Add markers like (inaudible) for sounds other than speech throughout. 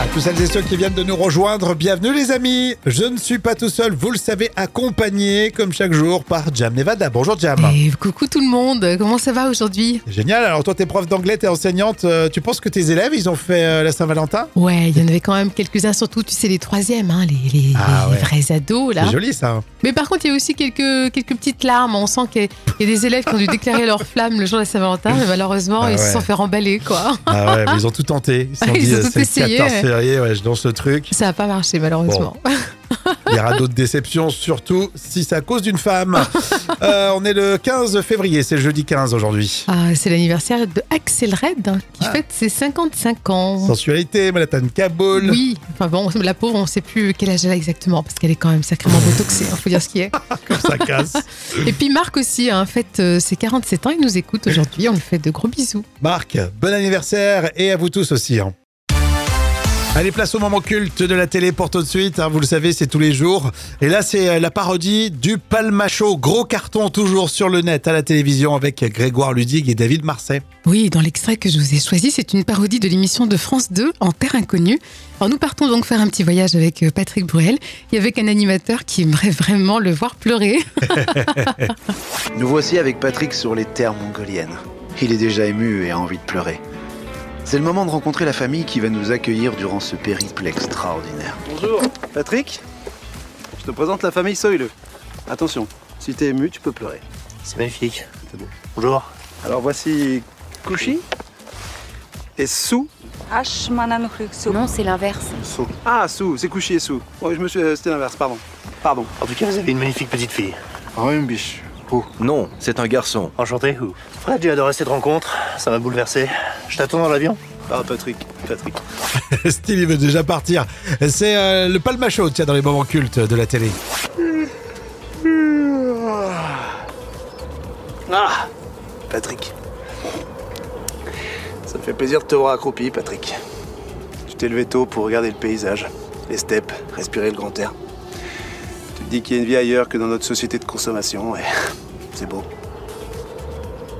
À tous celles et ceux qui viennent de nous rejoindre, bienvenue les amis. Je ne suis pas tout seul, vous le savez, accompagné comme chaque jour par Jam Nevada. Bonjour Jam. Et coucou tout le monde, comment ça va aujourd'hui Génial. Alors toi, t'es prof d'anglais, t'es enseignante. euh, Tu penses que tes élèves, ils ont fait euh, la Saint-Valentin Ouais, il y en avait quand même quelques-uns, surtout, tu sais, les troisièmes, hein, les, les- Ah les ouais. vrais ados, là. C'est joli ça. Mais par contre, il y a aussi quelques, quelques petites larmes. On sent qu'il y, a- il y a des élèves qui ont dû déclarer leur flamme le jour de la Saint-Valentin, mais malheureusement, Ah ils se ouais. sont fait remballer, quoi. Ah ouais, mais ils ont tout tenté. Ils se sont (laughs) Ils dit, ont euh, tout c'est le essayé, 14 ouais. février, ouais, je danse ce truc. Ça n'a pas marché, malheureusement. Il y aura d'autres déceptions, surtout si c'est à cause d'une (laughs) femme. Euh, on est le 15 février, c'est le jeudi 15 aujourd'hui. Ah, c'est l'anniversaire de Axel Red, hein, qui Ah. fête ses 55 ans. Sensualité, Manhattan Kaboul. Oh. Oui, enfin bon, la pauvre, on ne sait plus quel âge elle a exactement, parce qu'elle est quand même sacrément botoxée, il faut dire ce qui est. Ça casse. Et puis Marc aussi, hein, fête euh, ses 47 ans, il nous écoute aujourd'hui, on lui fait de gros bisous. Marc, bon anniversaire et à vous tous aussi. hein. Allez, place au moment culte de la télé pour tout de suite. hein, vous le savez, c'est tous les jours. Et là, c'est euh, la parodie du Palmacho. Gros carton toujours sur le net à la télévision avec Grégoire Ludig et David Marseille. (laughs) Oui, dans l'extrait que je vous ai choisi, c'est une parodie de l'émission de France 2 en Terre Inconnue. Alors nous partons donc faire un petit voyage avec euh, Patrick Bruel et avec un animateur qui aimerait vraiment le voir pleurer. Nous voici avec Patrick sur les terres mongoliennes. Il est déjà ému et a envie de pleurer. C'est le moment de rencontrer la famille qui va nous accueillir durant ce périple extraordinaire. Bonjour, Patrick, je te présente la famille Soileux. Attention, si t'es ému, tu peux pleurer. c'est magnifique. C'est beau. Bonjour. Alors voici Kushi et Sou. Non, c'est l'inverse. Ah, Sou, c'est Kushi et Sou. Oh, je me suis, euh, c'était l'inverse, pardon. Pardon. En tout cas, vous avez une magnifique petite fille. Oh, une biche. Non, c'est un garçon. Enchanté. Ou... Fred, j'ai adoré cette rencontre. Ça m'a bouleversé. Je t'attends dans l'avion. Ah, Patrick, Patrick. Style, il veut déjà partir. C'est euh, le Palmacho, tiens, dans les moments cultes de la télé. Ah, Patrick. Ça me fait plaisir de te voir accroupi, Patrick. Tu t'es levé tôt pour regarder le paysage, les steppes, respirer le grand air. Tu te dis qu'il y a une vie ailleurs que dans notre société de consommation, et (laughs) c'est beau.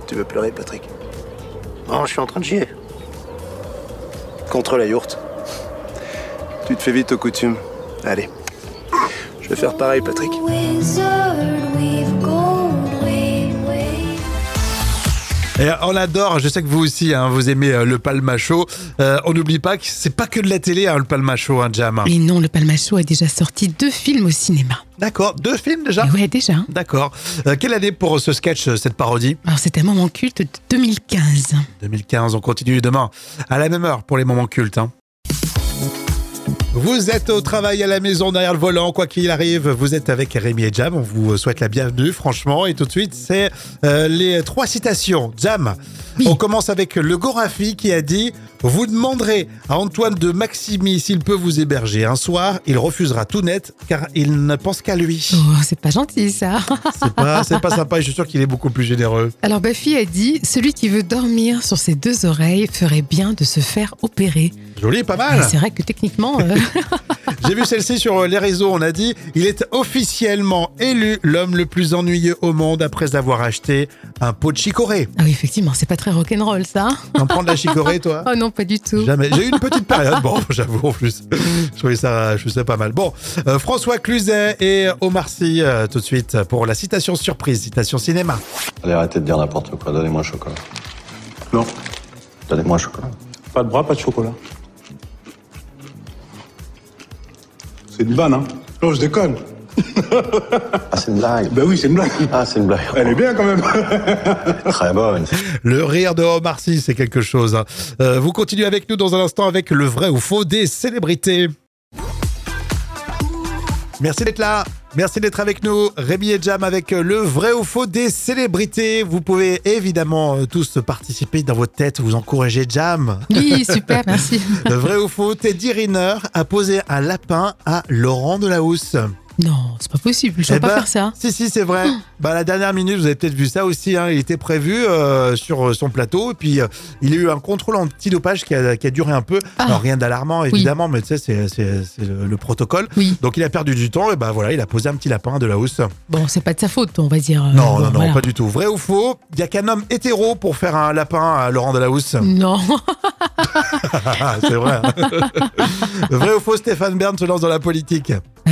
Tu veux pleurer, Patrick Non, je suis en train de chier. Contre la yourte. Tu te fais vite aux coutumes. Allez. Je vais faire pareil, Patrick. Et euh, on l'adore, je sais que vous aussi, hein, vous aimez euh, le Palmacho. Euh, on n'oublie pas que c'est pas que de la télé, hein, le Palmacho, hein, Jam. Et non, le Palmacho a déjà sorti deux films au cinéma. D'accord, deux films déjà Et ouais, déjà. hein. D'accord. Euh, quelle année pour ce sketch, euh, cette parodie Alors c'était un moment culte de 2015. 2015, on continue demain à la même heure pour les moments cultes. hein. Vous êtes au travail, à la maison, derrière le volant, quoi qu'il arrive, vous êtes avec Rémi et Jam, on vous souhaite la bienvenue franchement. Et tout de suite, c'est euh, les trois citations. Jam, Oui. on commence avec le Gorafi qui a dit « Vous demanderez à Antoine de Maximi s'il peut vous héberger un soir, il refusera tout net car il ne pense qu'à lui. Oh, c'est pas gentil ça. C'est pas, c'est pas sympa et je suis sûr qu'il est beaucoup plus généreux. Alors Buffy a dit Celui qui veut dormir sur ses deux oreilles ferait bien de se faire opérer. Joli, pas Et mal (laughs) C'est vrai que techniquement, euh, J'ai vu celle-ci sur euh, les réseaux, on a dit il est officiellement élu l'homme le plus ennuyeux au monde après avoir acheté un pot de chicorée. ah oui, effectivement, c'est pas très rock'n'roll ça. hein T'en prends de la chicorée, (laughs) toi Oh non, pas du tout. Jamais. J'ai eu une petite période, bon, (laughs) j'avoue en plus. Je trouvais ça, je trouvais ça pas mal. Bon, euh, François Cluzet et Omar Sy, euh, tout de suite pour la citation surprise, citation cinéma. Allez, arrêtez de dire n'importe quoi. Donnez-moi un chocolat. Non. Donnez-moi un chocolat. Pas de bras, pas de chocolat. C'est une vanne, hein Non, je déconne. Ah, c'est une blague. Ben oui, c'est une blague. Ah, c'est une blague. Elle est bien quand même. Très bonne. Le rire de Omar Sy, c'est quelque chose. hein. Euh, vous continuez avec nous dans un instant avec le vrai ou faux des célébrités. Merci d'être là. Merci d'être avec nous. Rémi et Jam avec euh, le vrai ou faux des célébrités. Vous pouvez évidemment euh, tous participer dans votre tête, vous encourager Jam. Oui, (laughs) super, merci. Le vrai ou faux, Teddy Riner a posé un lapin à Laurent Delahousse. Non, c'est pas possible, je ne Eh pas ben, faire ça. Si, si, c'est vrai. Bah, à la dernière minute, vous avez peut-être vu ça aussi. hein, Il était prévu euh, sur euh, son plateau. Et puis, euh, il y a eu un contrôle antidopage qui a, qui a duré un peu. Ah. Alors, rien d'alarmant, évidemment, mais tu sais, c'est- c'est c'est le, le protocole. Oui. Donc, il a perdu du temps. Et ben voilà, il a posé un petit lapin de la housse. Bon, c'est pas de sa faute, on va dire. euh, non, bon, non, non, voilà. pas du tout. Vrai ou faux Il n'y a qu'un homme hétéro pour faire un lapin à Laurent de la housse. (laughs) Non, Ah, c'est vrai. (laughs) vrai ou faux, Stéphane Bern se lance dans la politique euh,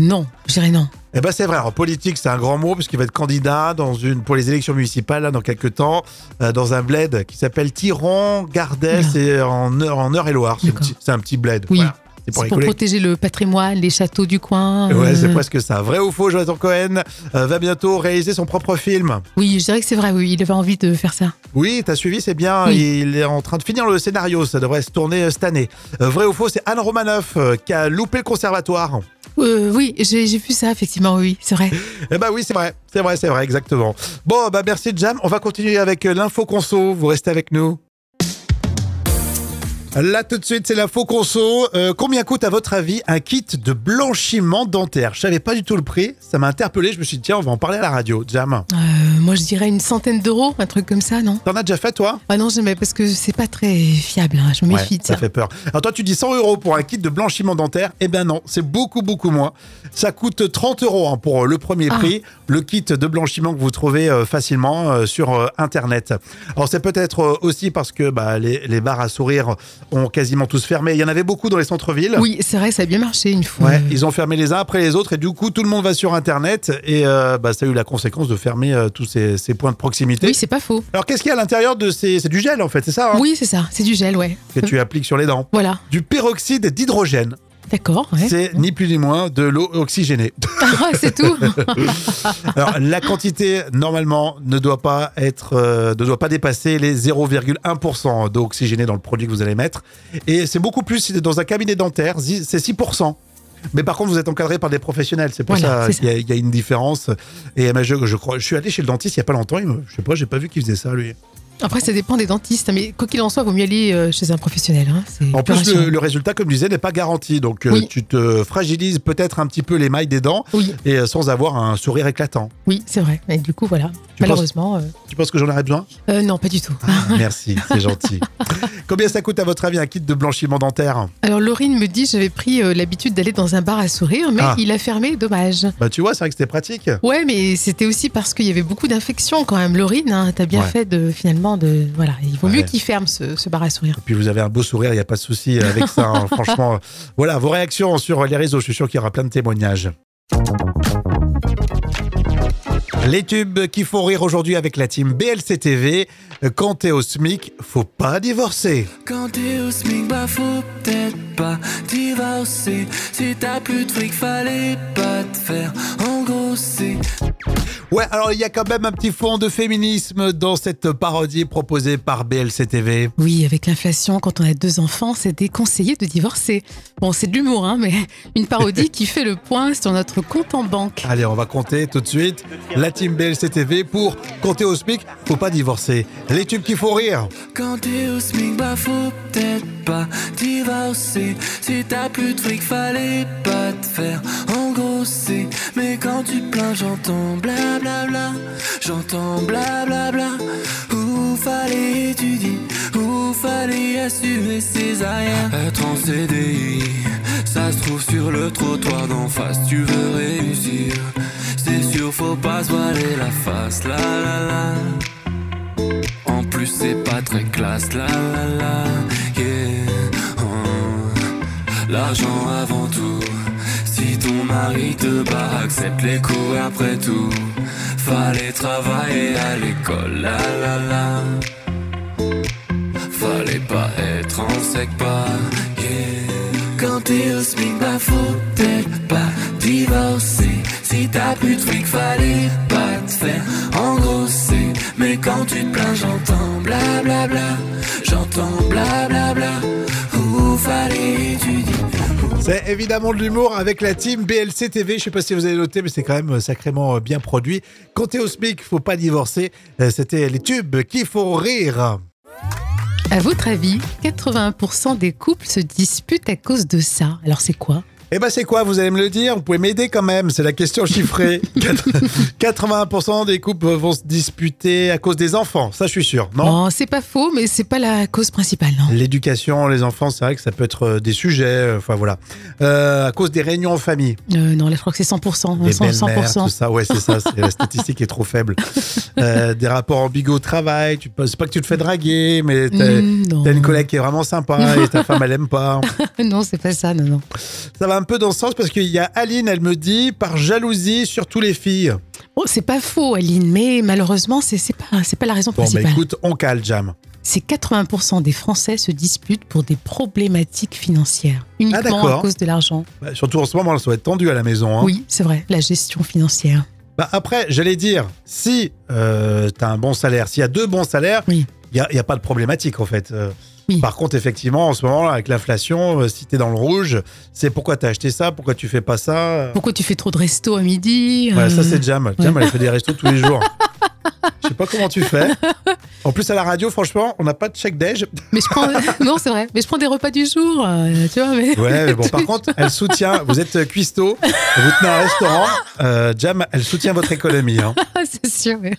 non, je dirais non. Eh ben c'est vrai. En politique, c'est un grand mot puisqu'il va être candidat dans une pour les élections municipales là, dans quelques temps euh, dans un bled qui s'appelle Tiron Gardès Oula. et en Eure- en Eure-et-Loire. C'est, un D'accord. petit- c'est un petit bled. Oui. Voilà. C'est pour C'est pour rigoler. protéger le patrimoine, les châteaux du coin. Ouais, euh, c'est presque ça. Vrai ou faux, Jonathan Cohen euh, va bientôt réaliser son propre film. Oui, je dirais que c'est vrai, oui, il avait envie de faire ça. Oui, t'as suivi, c'est bien. Oui. Il est en train de finir le scénario. Ça devrait se tourner euh, cette année. Euh, vrai ou faux, c'est Anne Romanoff euh, qui a loupé le conservatoire. Euh, oui, j'ai j'ai vu ça, effectivement, oui, c'est vrai. Eh ben oui, c'est vrai, c'est vrai, c'est vrai, exactement. Bon, bah merci Jam. On va continuer avec euh, l'info conso. Vous restez avec nous. Là tout de suite, c'est l'info conso. Euh, combien coûte à votre avis un kit de blanchiment dentaire Je savais pas du tout le prix. Ça m'a interpellé. Je me suis dit tiens, on va en parler à la radio. Jam, Euh, moi, je dirais une centaine d'euros, un truc comme ça, non t'en as déjà fait toi Ah non, jamais, parce que c'est pas très fiable, hein, je me méfie de ça ça. fait peur. Alors toi, tu dis 100 euros pour un kit de blanchiment dentaire. Eh ben non, c'est beaucoup, beaucoup moins. Ça coûte 30 euros hein, pour le premier Ah. prix, le kit de blanchiment que vous trouvez euh, facilement euh, sur euh, Internet. Alors c'est peut-être euh, aussi parce que bah, les, les bars à sourire ont quasiment tous fermé. Il y en avait beaucoup dans les centres-villes. Oui, c'est vrai, ça a bien marché une fois. Ouais, Euh, ils ont fermé les uns après les autres et du coup tout le monde va sur internet et euh, bah, ça a eu la conséquence de fermer euh, tous ces, ces points de proximité. Oui, c'est pas faux. Alors qu'est-ce qu'il y a à l'intérieur de ces... C'est du gel en fait, c'est ça hein, Oui, c'est ça, c'est du gel, ouais. Euh, que tu appliques sur les dents. Voilà, Du peroxyde d'hydrogène. d'accord. ouais. C'est ni plus ni moins de l'eau oxygénée. (laughs) Ah, c'est tout (laughs) Alors, la quantité, normalement, ne doit pas être, euh, ne doit pas dépasser les 0,1% d'eau oxygénée dans le produit que vous allez mettre. Et c'est beaucoup plus si dans un cabinet dentaire, zi- c'est 6%. Mais par contre, vous êtes encadré par des professionnels. C'est pour Voilà, ça c'est qu'il y, a- il y a une différence. Et mais je, je crois, je suis allé chez le dentiste il n'y a pas longtemps. Il me- je sais pas, j'ai pas vu qu'il faisait ça, lui. Après, ça dépend des dentistes, hein, mais quoi qu'il en soit, vaut mieux aller euh, chez un professionnel. hein, c'est En plus plus, le, rassurant. le résultat, comme je disais, n'est pas garanti. Donc, euh, Oui. tu te fragilises peut-être un petit peu les mailles des dents Oui, et euh, sans avoir un sourire éclatant. oui, c'est vrai. Et du coup, voilà, Tu malheureusement... euh, Tu penses que j'en aurais besoin euh, non, pas du tout. Ah, merci, c'est (laughs) gentil. Combien ça coûte à votre avis un kit de blanchiment dentaire Alors, Laurine me dit, j'avais pris euh, l'habitude d'aller dans un bar à sourire, mais Ah. il a fermé, dommage. Bah tu vois, c'est vrai que c'était pratique. Ouais, mais c'était aussi parce qu'il y avait beaucoup d'infections quand même, Laurine. hein, T'as bien Ouais. fait de finalement de voilà. Il vaut mieux Ouais. qu'il ferme ce, ce bar à sourire. Puis vous avez un beau sourire, il n'y a pas de souci avec ça. hein. Franchement, voilà, vos réactions sur les réseaux, je suis sûr qu'il y aura plein de témoignages. Les tubes qui font rire aujourd'hui avec la team BLC TV. Quand t'es au SMIC, faut pas divorcer. Quand t'es au SMIC, bah faut peut-être pas divorcer. Si t'as plus de fric, fallait pas te faire engrosser. Ouais, alors il y a quand même un petit fond de féminisme dans cette parodie proposée par BLC TV. Oui, avec l'inflation, quand on a deux enfants, c'est déconseillé de divorcer. Bon, c'est de l'humour, hein, mais (laughs) une parodie qui fait le point sur notre compte en banque. Allez, on va compter tout de suite. La team BLCTV pour compter au SMIC, faut pas divorcer. Les tubes qui font rire. Quand t'es au SMIC, bah faut peut-être pas divorcer. Si t'as plus de fric, fallait pas te faire engrosser. Mais quand tu te plains, j'entends blablabla. J'entends blablabla. Où fallait étudier, où fallait assumer ses arrières. Être en CDI, ça se trouve sur le trottoir d'en face. Tu veux réussir, c'est sûr, faut pas se voiler la face. La la la. En plus c'est pas très classe, la la la, yeah. oh. L'argent avant tout. Si ton mari te bat, accepte les coups après tout. Fallait travailler à l'école, la la la. Fallait pas être en sec pas, yeah. Quand t'es au SMIC, bah faut peut-être pas divorcer. Si t'as plus de fric, fallait pas te faire engrosser. Mais quand tu te plains, j'entends blablabla. J'entends blablabla. Où fallait étudier. C'est évidemment de l'humour avec la team BLCTV. Je sais pas si vous avez noté, mais c'est quand même euh, sacrément bien produit. Compter au SMIC, faut pas divorcer. Euh, C'était les tubes qui font rire. À votre avis, 81% des couples se disputent à cause de ça. Alors c'est quoi Eh ben c'est quoi Vous allez me le dire Vous pouvez m'aider quand même. C'est la question (laughs) chiffrée. Quatre- 80% des couples vont se disputer à cause des enfants. Ça, je suis sûr. Non Non, Oh, c'est pas faux, mais c'est pas la cause principale. non. L'éducation, les enfants, c'est vrai que ça peut être euh, des sujets. euh, Enfin voilà. Euh, à cause des réunions en famille. Euh, non, là, je crois que c'est 100%. Des Vincent, belles-mères, tout 100%. ça. Ouais, c'est ça. c'est- la statistique est trop (laughs) faible. Euh, des rapports ambiguës au travail. Tu, c'est pas que tu te fais draguer, mais t'as, Mm, non. Euh, (laughs) t'as une collègue qui est vraiment sympa et ta femme, elle aime pas. non, c'est pas ça, non, non. Ça va un peu dans le sens parce qu'il y a Aline, elle me dit, par jalousie, surtout les filles. Bon, Oh, c'est pas faux, Aline, mais malheureusement, c'est c'est pas, c'est pas la raison Bon, bah principale. écoute, on cale, Jam. c'est 80% des Français se disputent pour des problématiques financières, uniquement Ah, d'accord. à cause de l'argent. Bah, surtout en ce moment, ça va être tendu à la maison. hein. Oui, c'est vrai, la gestion financière. Bah, après, j'allais dire, si euh, t'as un bon salaire, s'il y a deux bons salaires, il Oui. n'y a, y a pas de problématique en fait. Euh, Oui. Par contre, effectivement, en ce moment, avec l'inflation, euh, si t'es dans le rouge, c'est pourquoi t'as acheté ça, pourquoi tu fais pas ça. euh. Pourquoi tu fais trop de resto à midi Ouais, ça euh, c'est Jam. Jam, elle fait des restos tous les (laughs) jours. Je sais pas comment tu fais. En plus, à la radio, franchement, on n'a pas de chèque déj. Mais je (laughs) prends, (laughs) non, c'est vrai, mais je prends des repas du jour, euh, tu vois. Mais... (laughs) Ouais, mais bon, (laughs) par contre, elle soutient. Vous êtes euh, cuistot, vous tenez un restaurant. euh, Jam, elle soutient votre économie. hein. Ah, c'est sûr. mais-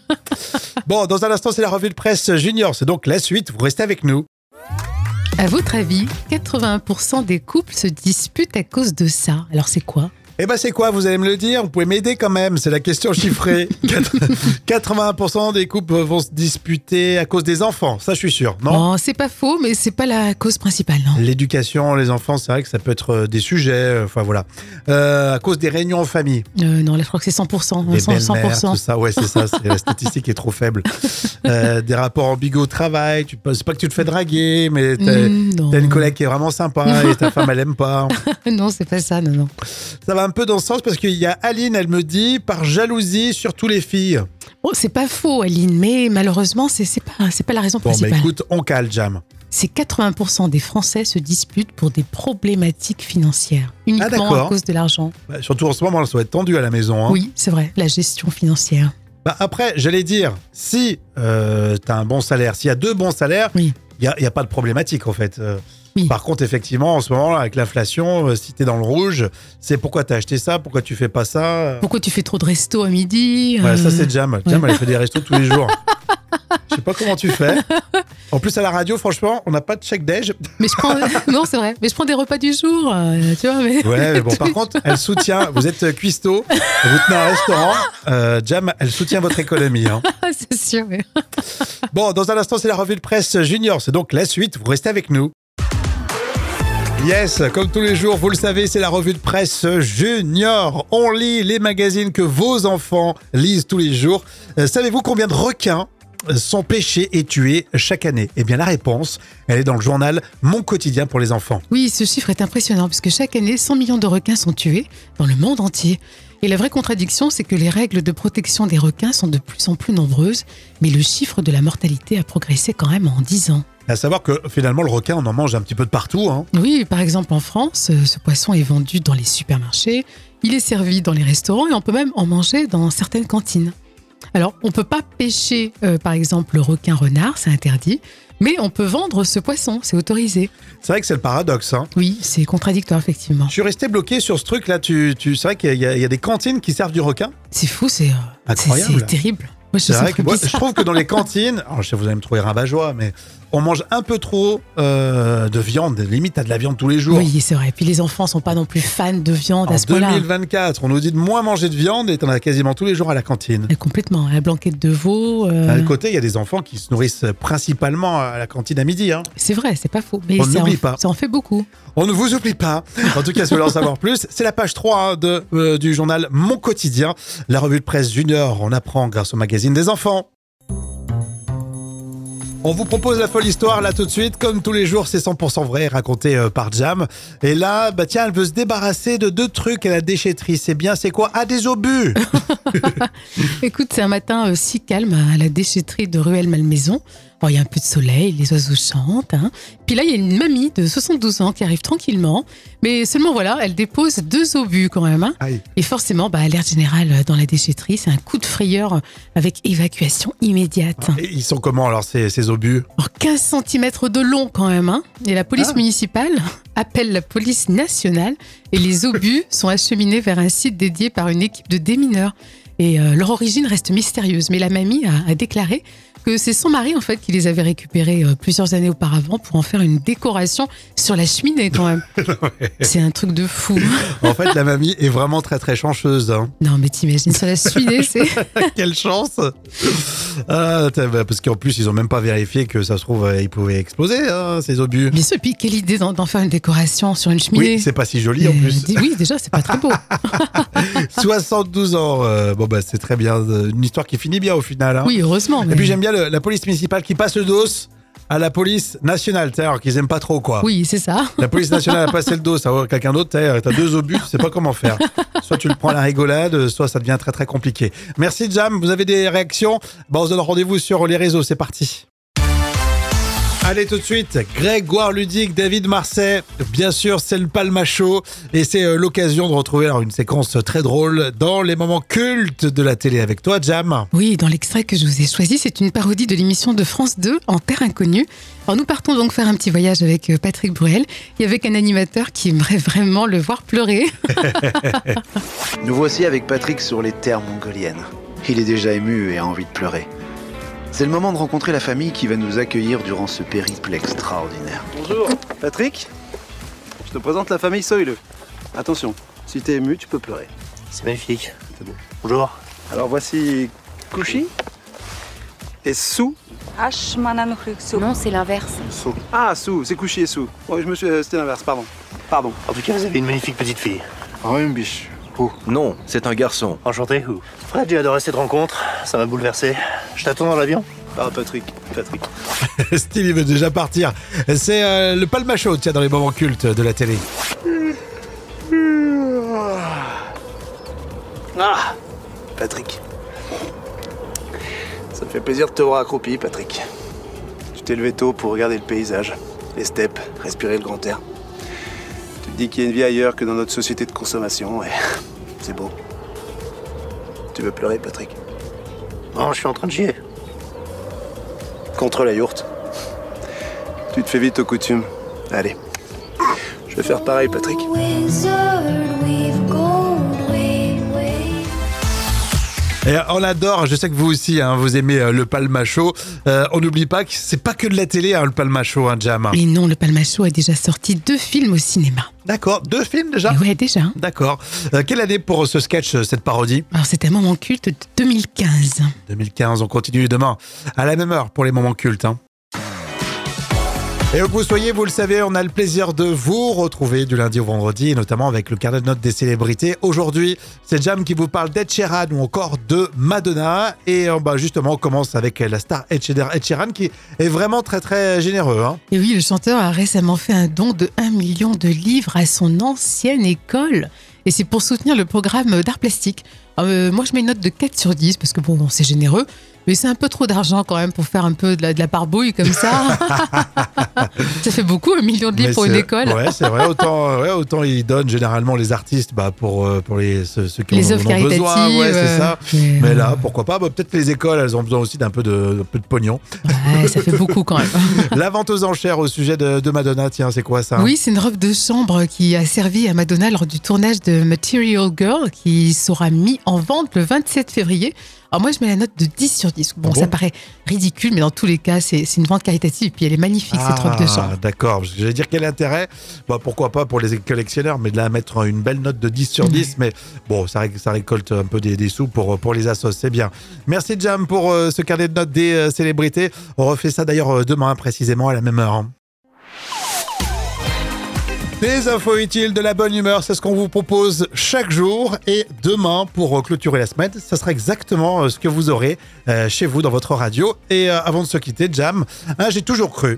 Bon, dans un instant, c'est la revue de presse junior. C'est donc la suite. Vous restez avec nous. À votre avis, 80% des couples se disputent à cause de ça. Alors c'est quoi Eh ben, c'est quoi Vous allez me le dire Vous pouvez m'aider quand même. C'est la question chiffrée. Quatre- 80% des couples vont se disputer à cause des enfants. Ça, je suis sûr. Non Non, c'est pas faux, mais c'est pas la cause principale. non. L'éducation, les enfants, c'est vrai que ça peut être euh, des sujets. euh, Enfin, voilà. Euh, à cause des réunions en famille. Euh, non, là, je crois que c'est 100%. Des 100%. belles-mères, tout ça. Ouais, c'est ça. c'est- la statistique est trop faible. Euh, des rapports ambiguës au travail. Tu, c'est pas que tu te fais draguer, mais t'as, Mm, non. t'as une collègue qui est vraiment sympa et ta femme, elle aime pas. (laughs) non, c'est pas ça, non, non. Ça va un peu dans ce sens parce qu'il y a Aline, elle me dit, par jalousie, surtout les filles. Bon, Oh, c'est pas faux, Aline, mais malheureusement, c'est c'est pas, c'est pas la raison Bon, bah principale. écoute, on cale, Jam. c'est 80% des Français se disputent pour des problématiques financières, uniquement Ah, d'accord. à cause de l'argent. Bah, surtout en ce moment, ça va être tendu à la maison. hein. Oui, c'est vrai, la gestion financière. Bah, après, j'allais dire, si euh, t'as un bon salaire, s'il y a deux bons salaires, il Oui. n'y a, y a pas de problématique en fait. Euh, Oui. Par contre, effectivement, en ce moment, avec l'inflation, euh, si t'es dans le rouge, c'est pourquoi t'as acheté ça, pourquoi tu fais pas ça. euh. Pourquoi tu fais trop de resto à midi Ouais, ça euh, c'est Jam. Jam, elle fait des restos tous les (laughs) jours. Je sais pas comment tu fais. En plus, à la radio, franchement, on n'a pas de chèque déj. Mais je prends, (laughs) non, c'est vrai, mais je prends des repas du jour, euh, (laughs) tu vois. Mais... Ouais, mais (laughs) bon, par contre, elle soutient. Vous êtes euh, cuistot, vous tenez un restaurant. euh, Jam, elle soutient votre économie. hein. c'est sûr. mais- Bon, dans un instant, c'est la revue de presse junior. C'est donc la suite. Vous restez avec nous. Yes, comme tous les jours, vous le savez, c'est la revue de presse junior. On lit les magazines que vos enfants lisent tous les jours. Euh, Savez-vous combien de requins euh, sont pêchés et tués chaque année Eh bien, la réponse, elle est dans le journal Mon quotidien pour les enfants. Oui, ce chiffre est impressionnant parce que chaque année, 100 millions de requins sont tués dans le monde entier. Et la vraie contradiction, c'est que les règles de protection des requins sont de plus en plus nombreuses, mais le chiffre de la mortalité a progressé quand même en 10 ans. À savoir que finalement, le requin, on en mange un petit peu de partout. Hein. Oui, par exemple en France, euh, ce poisson est vendu dans les supermarchés, il est servi dans les restaurants et on peut même en manger dans certaines cantines. Alors, on ne peut pas pêcher, euh, par exemple, le requin-renard, c'est interdit, mais on peut vendre ce poisson, c'est autorisé. C'est vrai que c'est le paradoxe. Hein. Oui, c'est contradictoire, effectivement. Je suis resté bloqué sur ce truc-là. Tu, tu, c'est vrai qu'il y, a- il y a des cantines qui servent du requin. C'est fou, c'est euh, c'est- Incroyable. c'est terrible. Moi, je C'est trouve ça vrai que moi, je trouve que dans les cantines, alors je sais, vous allez me trouver rabat-joie, mais on mange un peu trop euh, de viande. Limite, t'as de la viande tous les jours. Oui, c'est vrai. Et puis les enfants sont pas non plus fans de viande en à ce point-là. 2024, on nous dit de moins manger de viande et t'en as quasiment tous les jours à la cantine. Et Complètement. La blanquette de veau, euh, D'un autre côté, il y a des enfants qui se nourrissent principalement à la cantine à midi. Hein. c'est vrai, c'est pas faux. Mais On ça, en, n'oublie pas. ça en fait beaucoup. On ne vous oublie pas. En tout cas, si vous voulez en savoir plus, c'est la page 3 hein, de, euh, du journal Mon Quotidien, la revue de presse junior. On apprend grâce au magazine des enfants. On vous propose la folle histoire là tout de suite. Comme tous les jours, c'est 100% vrai, raconté euh, par Jam. Et là, bah tiens, elle veut se débarrasser de deux trucs à la déchetterie. C'est bien, c'est quoi Ah, des obus Écoute, c'est un matin euh, si calme à la déchetterie de Ruelle Malmaison. Bon, il y a un peu de soleil, les oiseaux chantent. hein. Puis là, il y a une mamie de 72 ans qui arrive tranquillement. Mais seulement, voilà, elle dépose deux obus quand même. hein. Aïe. Et forcément, bah, alerte générale euh, dans la déchetterie, c'est un coup de frayeur avec évacuation immédiate. Et ils sont comment alors ces, ces obus Alors, 15 cm de long quand même. hein. Et la Ah. police municipale (laughs) appelle la police nationale et (laughs) les obus sont acheminés vers un site dédié par une équipe de démineurs. Et euh, leur origine reste mystérieuse. Mais la mamie a, a déclaré que c'est son mari en fait qui les avait récupérés euh, plusieurs années auparavant pour en faire une décoration sur la cheminée (laughs) quand même. C'est un truc de fou. En fait, la mamie est vraiment très très chanceuse. hein. Non mais t'imagines sur la (laughs) cheminée, c'est Quelle chance Ah, t'as- bah, Parce qu'en plus, ils ont même pas vérifié que ça se trouve, euh, ils pouvaient exploser hein, ces obus. bien sûr. Puis quelle idée d'en d'en faire une décoration sur une cheminée. Oui, c'est pas si joli en Mais, (laughs) plus. (laughs) Ah. dis- oui, déjà, c'est pas très beau. 72 ans, euh, bon bah c'est très bien, euh, une histoire qui finit bien au final. hein. Oui, heureusement. Et mais- puis j'aime bien le- la police municipale qui passe le dos à la police nationale, tu sais, alors qu'ils aiment pas trop quoi. Oui, c'est ça. La police nationale a passé le dos à quelqu'un d'autre, tu sais, t'as deux obus, tu sais pas comment faire. Soit tu le prends à la rigolade, soit ça devient très très compliqué. Merci Jam, vous avez des réactions Bon, On se donne rendez-vous sur les réseaux, c'est parti. Allez tout de suite, Grégoire Ludic, David Marseille, bien sûr c'est le Palma Show et c'est euh, l'occasion de retrouver alors, une séquence très drôle dans les moments cultes de la télé avec toi Jam. (laughs) Oui, dans l'extrait que je vous ai choisi, c'est une parodie de l'émission de France 2 en Terre Inconnue. Alors nous partons donc faire un petit voyage avec euh, Patrick Bruel et avec un animateur qui aimerait vraiment le voir pleurer. Nous voici avec Patrick sur les terres mongoliennes. Il est déjà ému et a envie de pleurer. C'est le moment de rencontrer la famille qui va nous accueillir durant ce périple extraordinaire. Bonjour. Patrick, je te présente la famille Soileux. Attention, si t'es ému, tu peux pleurer. C'est magnifique. Bonjour. Alors voici Kushi et Sou. Non, c'est l'inverse. Ah, Sou, c'est Kushi et Sou. Ouais, je me suis... euh, C'était l'inverse, pardon. Pardon. En tout cas, vous avez une magnifique petite fille. Non, c'est un garçon. Enchanté. Fred, j'ai adoré cette rencontre. Ça m'a bouleversé. Je t'attends dans l'avion. Ah, Patrick, Patrick. Steve il veut déjà partir. C'est euh, le Palma Show, tiens, dans les moments cultes de la télé. Ah Patrick. Ça me fait plaisir de te voir accroupi, Patrick. Tu t'es levé tôt pour regarder le paysage, les steppes, respirer le grand air. Tu te dis qu'il y a une vie ailleurs que dans notre société de consommation, et (laughs) c'est beau. Tu veux pleurer, Patrick Non, je suis en train de chier. Contre la yourte. Tu te fais vite aux coutumes. Allez. Je vais faire pareil, Patrick. Et on adore, je sais que vous aussi, hein, vous aimez euh, le Palma Show. Euh, on n'oublie pas que c'est pas que de la télé, hein, le Palma Show, hein, Jam. Et non, le Palmacho a déjà sorti deux films au cinéma. D'accord, deux films déjà Et ouais, déjà. hein. D'accord. Euh, quelle année pour ce sketch, euh, cette parodie Alors c'est un moment culte de 2015. 2015, on continue demain à la même heure pour les moments cultes. hein. Et où que vous soyez, vous le savez, on a le plaisir de vous retrouver du lundi au vendredi, et notamment avec le carnet de notes des célébrités. Aujourd'hui, c'est Jam qui vous parle d'Ed Sheeran ou encore de Madonna. Et euh, bah, justement, on commence avec la star Ed Sheeran Ed Sheeran qui est vraiment très très généreux. hein. Et oui, le chanteur a récemment fait un don de 1 million de livres à son ancienne école. Et c'est pour soutenir le programme d'art plastique. Euh, moi, je mets une note de 4 sur 10 parce que bon, bon, c'est généreux. Mais c'est un peu trop d'argent quand même pour faire un peu de la, de la barbouille comme (laughs) ça. ça fait beaucoup, un million de livres Mais pour une c'est- école. Ouais, c'est vrai. Autant, (laughs) euh, ouais, autant ils donnent généralement les artistes bah, pour, euh, pour les, ceux, ceux qui Les en, œuvres en ont caritatives. besoin. Ouais, c'est euh, ça. Mais là, pourquoi pas Bah, Peut-être que les écoles, elles ont besoin aussi d'un peu de, un peu de pognon. ouais, ça fait beaucoup quand même. La vente aux enchères au sujet de, de Madonna, tiens, c'est quoi ça Oui, c'est une robe de chambre qui a servi à Madonna lors du tournage de Material Girl qui sera mis en vente le 27 février. Alors moi, je mets la note de 10 sur 10. Bon, Ah bon ça paraît ridicule, mais dans tous les cas, c'est c'est une vente caritative et puis elle est magnifique, cette robe de Ah, chambre. d'accord. Parce que J'allais dire quel intérêt bah, Pourquoi pas pour les collectionneurs, mais de là à mettre une belle note de 10 sur 10. Mais bon, ça, ré- ça récolte un peu des, des sous pour, pour les assos, c'est bien. Merci Jam pour euh, ce carnet de notes des euh, célébrités. On refait ça d'ailleurs euh, demain précisément à la même heure. hein. Des infos utiles, de la bonne humeur, c'est ce qu'on vous propose chaque jour. Et demain, pour euh, clôturer la semaine, ça sera exactement euh, ce que vous aurez euh, chez vous dans votre radio. Et euh, avant de se quitter, Jam, hein, j'ai toujours cru,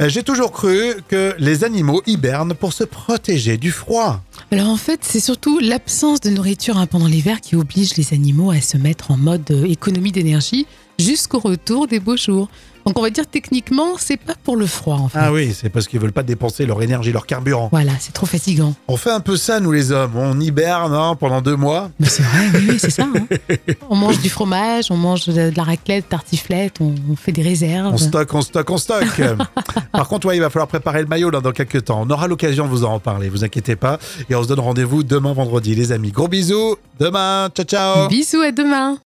euh, j'ai toujours cru que les animaux hibernent pour se protéger du froid. Alors en fait, c'est surtout l'absence de nourriture hein, pendant l'hiver qui oblige les animaux à se mettre en mode euh, économie d'énergie jusqu'au retour des beaux jours. Donc on va dire techniquement, c'est pas pour le froid en fait. Ah oui, c'est parce qu'ils veulent pas dépenser leur énergie, leur carburant. Voilà, c'est trop fatigant. On fait un peu ça, nous les hommes. On hiberne hein, pendant deux mois. Mais c'est vrai, oui, oui, c'est ça. hein. (laughs) On mange du fromage, on mange de de la raclette, tartiflette, on, on fait des réserves. On stocke, on stocke, on stocke. Par contre, ouais, il va falloir préparer le maillot là, dans quelques temps. On aura l'occasion de vous en parler, vous inquiétez pas. Et on se donne rendez-vous demain vendredi, les amis. Gros bisous, demain, ciao ciao. Bisous, à demain